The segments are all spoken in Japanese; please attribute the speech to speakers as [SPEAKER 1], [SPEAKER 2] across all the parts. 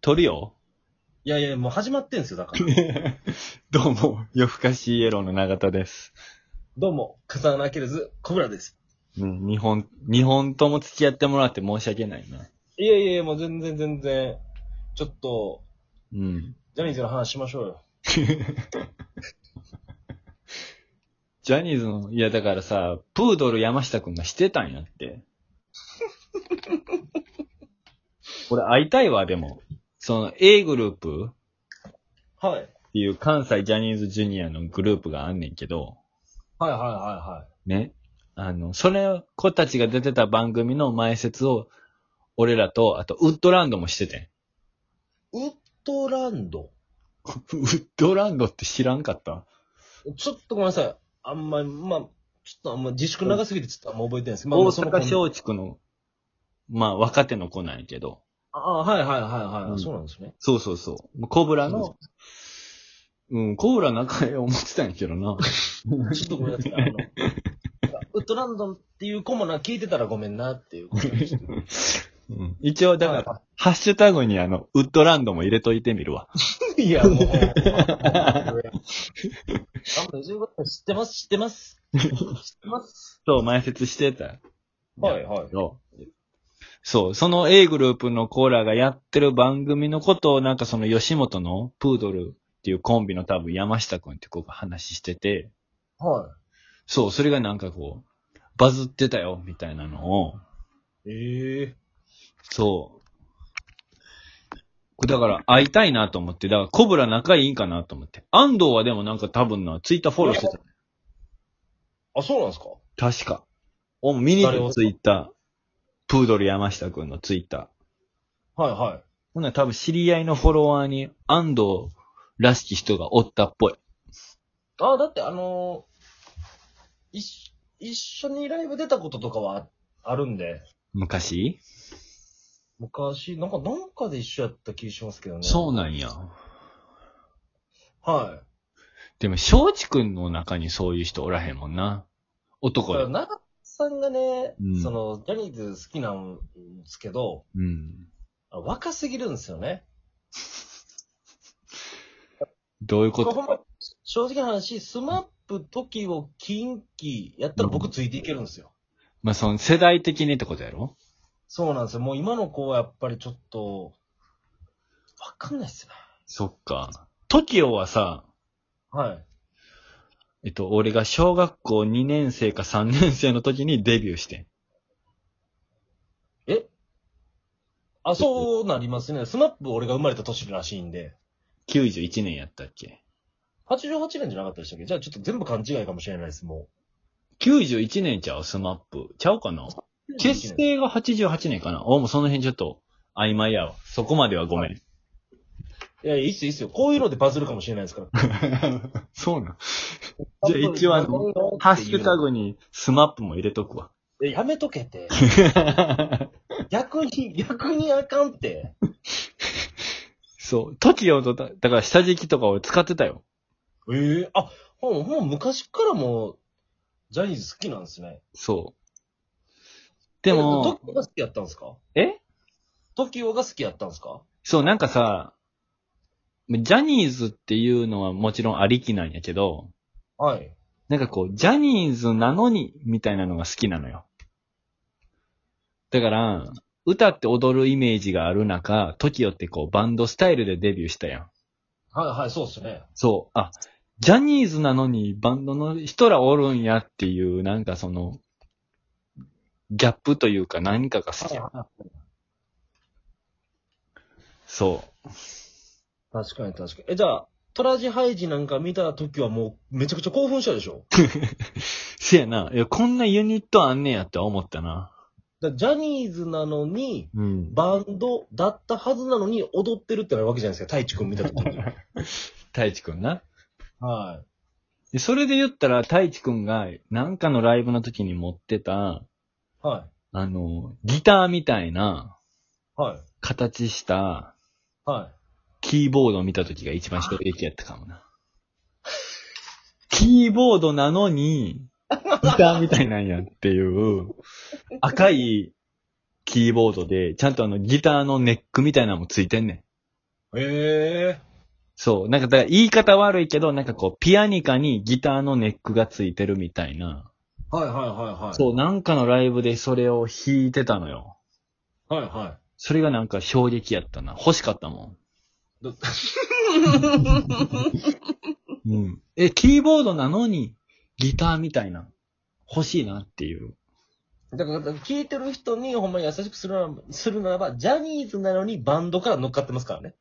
[SPEAKER 1] 撮るよ。
[SPEAKER 2] いやいや、もう始まってんすよ、だから。
[SPEAKER 1] どうも、 夜更かしイエローの永田です。
[SPEAKER 2] どうも、笠原明ず、コブラです。
[SPEAKER 1] うん、日本、日本とも付き合ってもらって申し訳ないな。
[SPEAKER 2] いやいやいや、もう全然全然、ちょっと、
[SPEAKER 1] うん。
[SPEAKER 2] ジャニーズの話しましょうよ。
[SPEAKER 1] ジャニーズの、いやだからさ、プードル山下くんがしてたんやって。俺会いたいわ、でも。その A グループ
[SPEAKER 2] はい。
[SPEAKER 1] っていう関西ジャニーズジュニアのグループがあんねんけど、
[SPEAKER 2] はいはいは
[SPEAKER 1] ね。あの、それ子たちが出てた番組の前説を、俺らと、あと、ウッドランドもしててん。
[SPEAKER 2] いはい。ウッドランド。
[SPEAKER 1] ウッドランドって知らんかった
[SPEAKER 2] ちょっとごめんなさい。あんまり、まあ、ちょっとあんま自粛長すぎてちょっとあんま覚えてないです。まあ、
[SPEAKER 1] 大
[SPEAKER 2] まあその
[SPEAKER 1] 阪松竹の、まあ若手の子なんやけど。
[SPEAKER 2] ああ、はいはいはいはい。
[SPEAKER 1] うん
[SPEAKER 2] そうなんですね。
[SPEAKER 1] そうそうそう。コブラの、うん、コブラ仲良い思ってたんやけどな。
[SPEAKER 2] ちょっとごめんなさい。あ のウッドランドっていう子もな、聞いてたらごめんなっていうことでした。
[SPEAKER 1] うん、一応だから、
[SPEAKER 2] は
[SPEAKER 1] ハッシュタグにあの、ウッドランドも入れといてみるわ。
[SPEAKER 2] いや、も う。あもう15分知ってます、知ってます。知ってます。
[SPEAKER 1] そう、前説してた。
[SPEAKER 2] はい、はい
[SPEAKER 1] け。どそう、その A グループのコーラがやってる番組のことをなんかその吉本のプードルっていうコンビの多分山下くんって子が話してて、
[SPEAKER 2] は
[SPEAKER 1] そう、それがなんかこう、バズってたよ、みたいなのを、
[SPEAKER 2] い。ええ
[SPEAKER 1] そう。これだから会いたいなと思って、だからコブラ仲いいんかなと思って。安藤はでもなんか多分な、ツイッターフォローしてた。
[SPEAKER 2] あ、そうなんですか
[SPEAKER 1] 確か。お、ミニのツイッター。プードル山下くんのツイッター。
[SPEAKER 2] はい、はい。
[SPEAKER 1] ほんなら多分知り合いのフォロワーに安藤らしき人がおったっぽい。
[SPEAKER 2] あ、だってあのー、一緒、一緒にライブ出たこととかはああるんで、
[SPEAKER 1] 昔、
[SPEAKER 2] 昔、なんか、なんかで一緒やった気しますけどね。
[SPEAKER 1] そう
[SPEAKER 2] う。
[SPEAKER 1] なんや。
[SPEAKER 2] は
[SPEAKER 1] でも、松竹くんの中にそういう人おらへんもんな。
[SPEAKER 2] い。だ
[SPEAKER 1] 男
[SPEAKER 2] か
[SPEAKER 1] で
[SPEAKER 2] ら、。長田さんがね、
[SPEAKER 1] うん
[SPEAKER 2] その、ジャニーズ好きなんですけど、
[SPEAKER 1] うん。
[SPEAKER 2] 若すぎるんですよね。
[SPEAKER 1] どういうこ
[SPEAKER 2] ほん
[SPEAKER 1] と
[SPEAKER 2] ま正直な話、スマップ、トキをキンキやったら僕ついていけるんですよ。
[SPEAKER 1] まあ、その世代的にってことやろ
[SPEAKER 2] そうなんですよ。もう今の子はやっぱりちょっと、わかんないっすね。
[SPEAKER 1] そっか。TOKIO はさ、
[SPEAKER 2] はい。
[SPEAKER 1] えっと、俺が小学校2年生か3年生の時にデビューしてん。
[SPEAKER 2] えあ、そうなりますね。スマップ俺が生まれた年らしいんで。
[SPEAKER 1] 91年やったっけ
[SPEAKER 2] 88年じゃなかったでしたっけじゃあちょっと全部勘違いかもしれないです、も
[SPEAKER 1] ?91 年ちゃうスマップ。ちゃうかな
[SPEAKER 2] う。
[SPEAKER 1] 結成が88年かなおもうその辺ちょっと曖昧やわ。そこまではごめん。
[SPEAKER 2] いや、いいっすよ、いいっすよ。こういうのでバズるかもしれないですから。
[SPEAKER 1] そうなん。 じゃあ一応あの、ハッシュタグにスマップも入れとく わ。
[SPEAKER 2] えやめとけて。逆に、逆にあかんって。
[SPEAKER 1] そう。TOKIO とだ、だから下敷きとか俺使ってたよ。
[SPEAKER 2] ええあ、もう、もう昔からもう、ジャニーズ好きなんですね。
[SPEAKER 1] そう。で
[SPEAKER 2] えト
[SPEAKER 1] も、
[SPEAKER 2] キオが好きやったんですか
[SPEAKER 1] え
[SPEAKER 2] トキオが好きやったんですか
[SPEAKER 1] そう、なんかさ、ジャニーズっていうのはもちろんありきなんやけど、
[SPEAKER 2] はい。
[SPEAKER 1] なんかこう、ジャニーズなのに、みたいなのが好きなのよ。だから、歌って踊るイメージがある中、TOKIO ってこう、バンドスタイルでデビューしたやん。
[SPEAKER 2] はいはい、そうですね。
[SPEAKER 1] そう、あ、ジャニーズなのにバンドの人らおるんやっていう、なんかその、ギャップというか何かが好きやん。そう。
[SPEAKER 2] 確かに確かに。え、じゃあ、トラジハイジなんか見た時はもう、めちゃくちゃ興奮したでしょ
[SPEAKER 1] せやな。いや、こんなユニットあんねやって思ったな。
[SPEAKER 2] だジャニーズなのに、
[SPEAKER 1] うん。
[SPEAKER 2] バンドだったはずなのに踊ってるってなるわけじゃないですか、太一くん見た 時に。
[SPEAKER 1] 太一くんな。
[SPEAKER 2] は
[SPEAKER 1] でそれで言ったら、太一くんが、なんかのライブの時に持ってた、
[SPEAKER 2] い。はい。
[SPEAKER 1] あの、ギターみたいな、
[SPEAKER 2] はい。
[SPEAKER 1] 形した、
[SPEAKER 2] はい。
[SPEAKER 1] キーボードを見た時が一番衝撃やったかもな。キーボードなのに、ギターみたいなんやっていう、赤いキーボードで、ちゃんとあのギターのネックみたいなのもついてんねん。
[SPEAKER 2] ええ
[SPEAKER 1] そう。なんか、だから言い方悪いけど、なんかこう、ピアニカにギターのネックがついてるみたいな。
[SPEAKER 2] はいはいはいはい。
[SPEAKER 1] そう、なんかのライブでそれを弾いてたのよ。
[SPEAKER 2] う。はいは
[SPEAKER 1] それがなんか衝撃やったな。欲しかったも
[SPEAKER 2] い。ど
[SPEAKER 1] ん。うん。え、キーボードなのに、ギターみたいな。欲しいなっていう。
[SPEAKER 2] だから、聞いてる人にほんまに優しくするならするならば、ジャニーズなのにバンドから乗っかってますからね。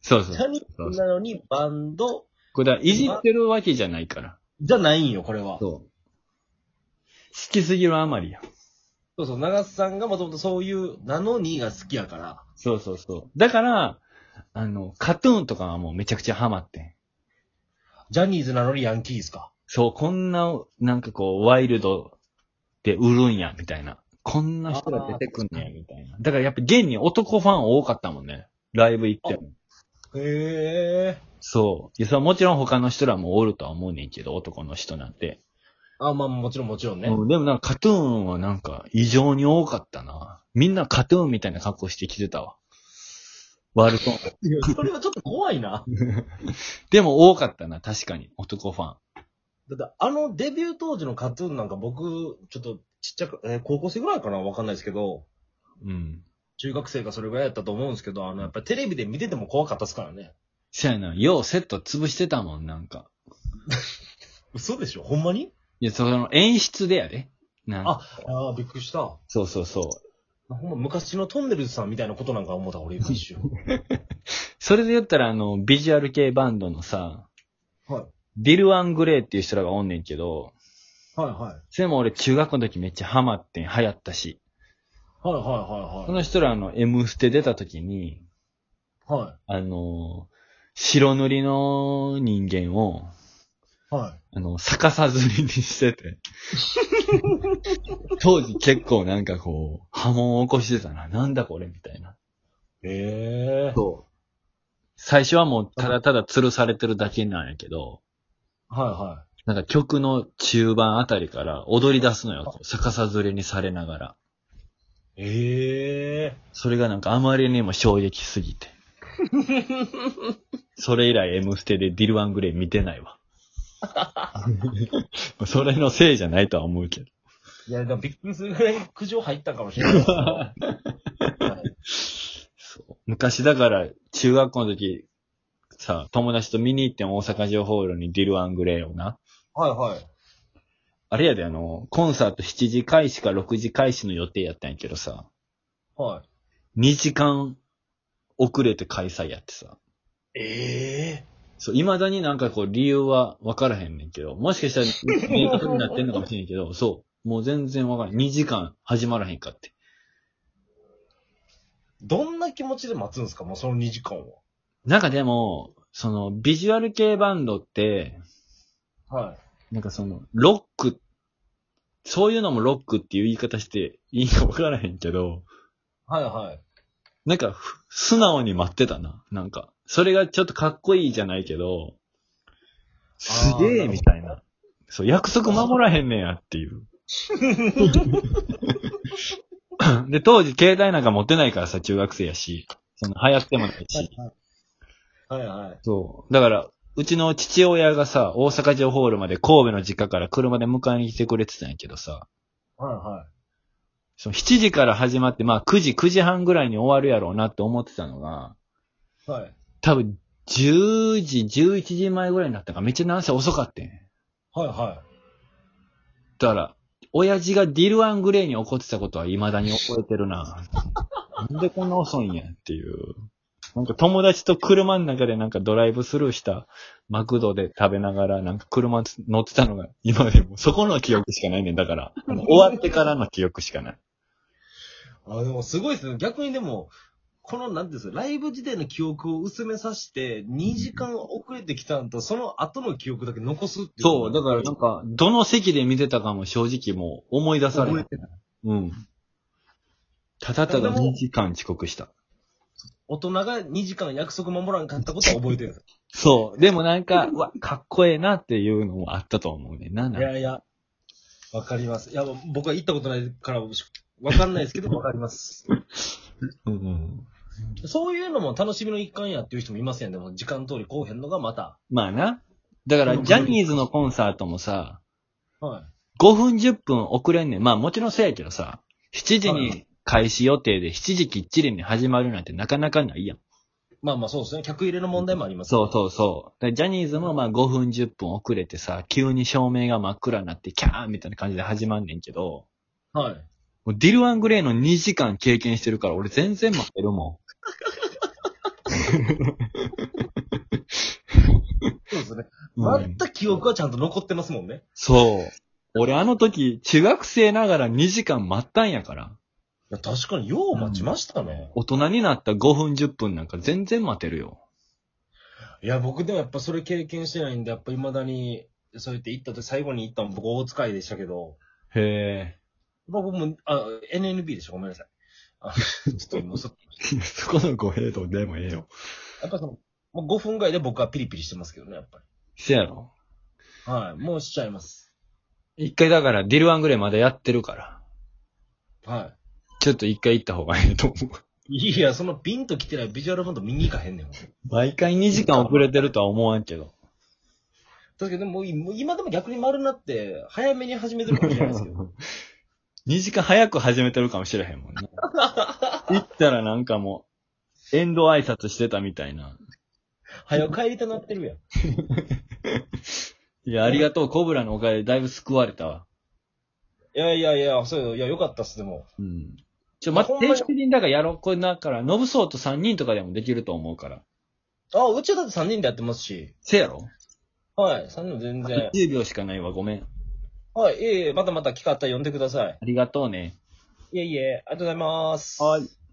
[SPEAKER 1] そうそ
[SPEAKER 2] ジ
[SPEAKER 1] う。
[SPEAKER 2] ャニーズなのにバンド
[SPEAKER 1] これだ、いじってるわけじゃないから。
[SPEAKER 2] じゃないんよ、これは。そう
[SPEAKER 1] そう。好きすぎるあまりや。
[SPEAKER 2] そう長瀬さんがもともとそういうなのにが好きやから。
[SPEAKER 1] そうそうそう。だから、あの、カトゥーンとかはもうめちゃくちゃハマってん。
[SPEAKER 2] ジャニーズなのにヤンキーですか。
[SPEAKER 1] そう、こんな、なんかこう、ワイルドで売るんや、みたいな。こんな人が出てくんねや、みたいな。だからやっぱ現に男ファン多かったもんね。ライブ行っても。
[SPEAKER 2] へえ。
[SPEAKER 1] そう。いや、それはもちろん他の人らもおるとは思うねんけど、男の人なんて。
[SPEAKER 2] あ、まあもちろんもちろんね。
[SPEAKER 1] うん、でもなんか、カトゥーンはなんか、異常に多かったな。みんなカトゥーンみたいな格好してきてたわ。悪そう。
[SPEAKER 2] いやそれはちょっと怖いな。
[SPEAKER 1] でも多かったな、確かに。男ファン。
[SPEAKER 2] だってあのデビュー当時のカトゥーンなんか僕、ちょっとちっちゃく、えー高校生ぐらいかなわかんないですけど、
[SPEAKER 1] うん。
[SPEAKER 2] 中学生がそれぐらいやったと思うんですけど、あの、やっぱりテレビで見てても怖かったですからね。
[SPEAKER 1] そやな、ようセット潰してたもん、なんか。
[SPEAKER 2] 嘘でしょほんまに
[SPEAKER 1] いや、その演出でやで。なんか
[SPEAKER 2] ああ、びっくりした。
[SPEAKER 1] そうそうそう。
[SPEAKER 2] ほんま昔のトンネルズさんみたいなことなんか思った、俺今一瞬。
[SPEAKER 1] それで言ったら、あの、ビジュアル系バンドのさ、
[SPEAKER 2] はい。
[SPEAKER 1] ディル・ワン・グレイっていう人らがおんねんけど、
[SPEAKER 2] はいはい。
[SPEAKER 1] それも俺中学校の時めっちゃハマってん、流行ったし。
[SPEAKER 2] はいはい
[SPEAKER 1] そ
[SPEAKER 2] はい
[SPEAKER 1] の人らあの、M ステ出た時に、
[SPEAKER 2] はい。は
[SPEAKER 1] あの、白塗りの人間を、
[SPEAKER 2] い。はい。
[SPEAKER 1] あの、逆さずりにしてて。当時結構なんかこう、波紋を起こしてたな。なんだこれみたいな。
[SPEAKER 2] ええ
[SPEAKER 1] そう。最初はもうただただ吊るされてるだけなんやけど、
[SPEAKER 2] はいは
[SPEAKER 1] なんか曲の中盤あたりから踊り出すのよ。こう逆さずりにされながら。
[SPEAKER 2] い。ええ
[SPEAKER 1] それがなんかあまりにも衝撃すぎて。それ以来 M ステでディル・ワン・グレイ見てないわ。 それのせいじゃないとは思うけど。
[SPEAKER 2] いや、でもびっくりするぐらい苦情入ったかもしれないですけど。はい
[SPEAKER 1] そう昔だから、中学校の時、さ、友達と見に行ってん大阪城ホールにディル・ワングレイをな。
[SPEAKER 2] はいはい。
[SPEAKER 1] あれやで、あの、コンサート7時開始か6時開始の予定やったんやけどさ、
[SPEAKER 2] は
[SPEAKER 1] 2時間遅れて開催やってさ。
[SPEAKER 2] い。ええ
[SPEAKER 1] そう、未だになんかこう理由は分からへんねんけど、もしかしたら明確になってんのかもしれんけど、そう、もう全然分からん。2時間始まらへんかって。
[SPEAKER 2] どんな気持ちで待つんですかもうその2時間は。
[SPEAKER 1] なんかでも、その、ビジュアル系バンドって、
[SPEAKER 2] はい。
[SPEAKER 1] なんかその、ロック、そういうのもロックっていう言い方していいか分からへんけど、
[SPEAKER 2] はいはい。
[SPEAKER 1] なんかふ、素直に待ってたな。なんか、それがちょっとかっこいいじゃないけど、すげ
[SPEAKER 2] あ
[SPEAKER 1] え
[SPEAKER 2] ー
[SPEAKER 1] みたいな。そう、約束守らへんねんやって いう。で、当時携帯なんか持ってないからさ、中学生やし、その流行ってもないし。
[SPEAKER 2] はいはい。
[SPEAKER 1] そう。だから、うちの父親がさ、大阪城ホールまで神戸の実家から車で迎えに来てくれてたんやけどさ、
[SPEAKER 2] はいは
[SPEAKER 1] その7時から始まって、まあ9時、9時半ぐらいに終わるやろうなって思ってたのが、
[SPEAKER 2] い。はい。
[SPEAKER 1] 多分10時、11時前ぐらいになったからめっちゃなんせ遅かったん。
[SPEAKER 2] はいは
[SPEAKER 1] だから、親父がディル・アン・グレイに怒ってたことは未だに覚えてるな。なんでこんな遅いんやっていう。なんか友達と車の中でなんかドライブスルーしたマクドで食べながらなんか車乗ってたのが今でもそこの記憶しかないねん。だから、あの終わってからの記憶しかない。
[SPEAKER 2] い。あ、でもすごいですね。逆にでも、この、なんていうんですか、ライブ時点の記憶を薄めさせて、2時間遅れてきたんと、その後の記憶だけ残すっていう。
[SPEAKER 1] そう、だからなんか、どの席で見てたかも正直もう思い出され
[SPEAKER 2] 覚え
[SPEAKER 1] る。
[SPEAKER 2] てない
[SPEAKER 1] うん。ただた
[SPEAKER 2] で
[SPEAKER 1] だ
[SPEAKER 2] も
[SPEAKER 1] 2時間遅刻した。
[SPEAKER 2] 大人が2時間約束守らんかったことは覚え てる。
[SPEAKER 1] そう。でもなんか、うわ、かっこええなっていうのもあったと思うねんな。なん
[SPEAKER 2] い
[SPEAKER 1] か
[SPEAKER 2] やいや、わかります。いや、僕は行ったことないから、わかんないですけど、わかります。
[SPEAKER 1] うんうん。
[SPEAKER 2] そういうのも楽しみの一環やっていう人もいますやん。でも、時間通りこうへんのがまた。
[SPEAKER 1] まあな。だから、ジャニーズのコンサートもさ、
[SPEAKER 2] はい。
[SPEAKER 1] 5分10分遅れんねん。まあもちろんそうやけどさ、7時
[SPEAKER 2] は
[SPEAKER 1] に開始予定で7時きっちりに始まるなんてなかなかないやん。
[SPEAKER 2] まあまあそうですね。客入れの問題もあります、
[SPEAKER 1] そうそうそう。でジャニーズもまあ5分10分遅れてさ、急に照明が真っ暗になってキャーみたいな感じで始まんねんけど、
[SPEAKER 2] う。はい。
[SPEAKER 1] もうディル・アン・グレイの2時間経験してるから俺全然待ってるも
[SPEAKER 2] そうですね。
[SPEAKER 1] ん。
[SPEAKER 2] 全く記憶はちゃんと残ってますもんね。
[SPEAKER 1] そう。俺あの時、中学生ながら2時間待ったんやから。
[SPEAKER 2] いや、確かに、よう待ちましたね。
[SPEAKER 1] 大人になった5分10分なんか全然待てるよ。
[SPEAKER 2] いや、僕でもやっぱそれ経験してないんで、やっぱ未だに、そうやって行ったと、最後に行ったの僕大使いでしたけど、
[SPEAKER 1] へ
[SPEAKER 2] 僕も、あ、NNB でした。ごめんなさい。あちょ っと今嘘
[SPEAKER 1] え。 そこの語弊とでもええよ。
[SPEAKER 2] やっぱその、もう5分ぐらいで僕はピリピリしてますけどね、やっぱり。
[SPEAKER 1] せやろ。
[SPEAKER 2] はい。もうしちゃいます。
[SPEAKER 1] 一回だから、ディル・アン・グレイまだやってるから。
[SPEAKER 2] は
[SPEAKER 1] ちょっと一回行った方がいいと思う。
[SPEAKER 2] い。いや、そのピンと来てないビジュアルバンド見に行かへんねん。僕
[SPEAKER 1] 毎回2時間遅れてるとは思わんけど。
[SPEAKER 2] 確かに、でももうもう今でも逆に丸になって、早めに始めてるかもしれないですけ ど。
[SPEAKER 1] 2時間早く始めてるかもしれへんもんね。行ったらなんかもう、エンド挨拶してたみたいな。
[SPEAKER 2] 早く帰りたなってるやん。
[SPEAKER 1] いや、ありがとう、コブラのおかげでだいぶ救われたわ。
[SPEAKER 2] いやいやいや、そうよ。いや、よかったっす、でも。
[SPEAKER 1] うん。ちょ、ま、
[SPEAKER 2] ほんまに
[SPEAKER 1] 正式にだからやろう。これだから、ノブソウと3人とかでもできると思うから。
[SPEAKER 2] あ、うちはだって3人でやってますし。
[SPEAKER 1] せやろ
[SPEAKER 2] はい、3人全然。
[SPEAKER 1] ?10 秒しかないわ、ごめん。
[SPEAKER 2] はい、いえいえ、またまた来かったら呼んでください。
[SPEAKER 1] ありがとうね。
[SPEAKER 2] いえいえ、ありがとうございます。
[SPEAKER 1] はい。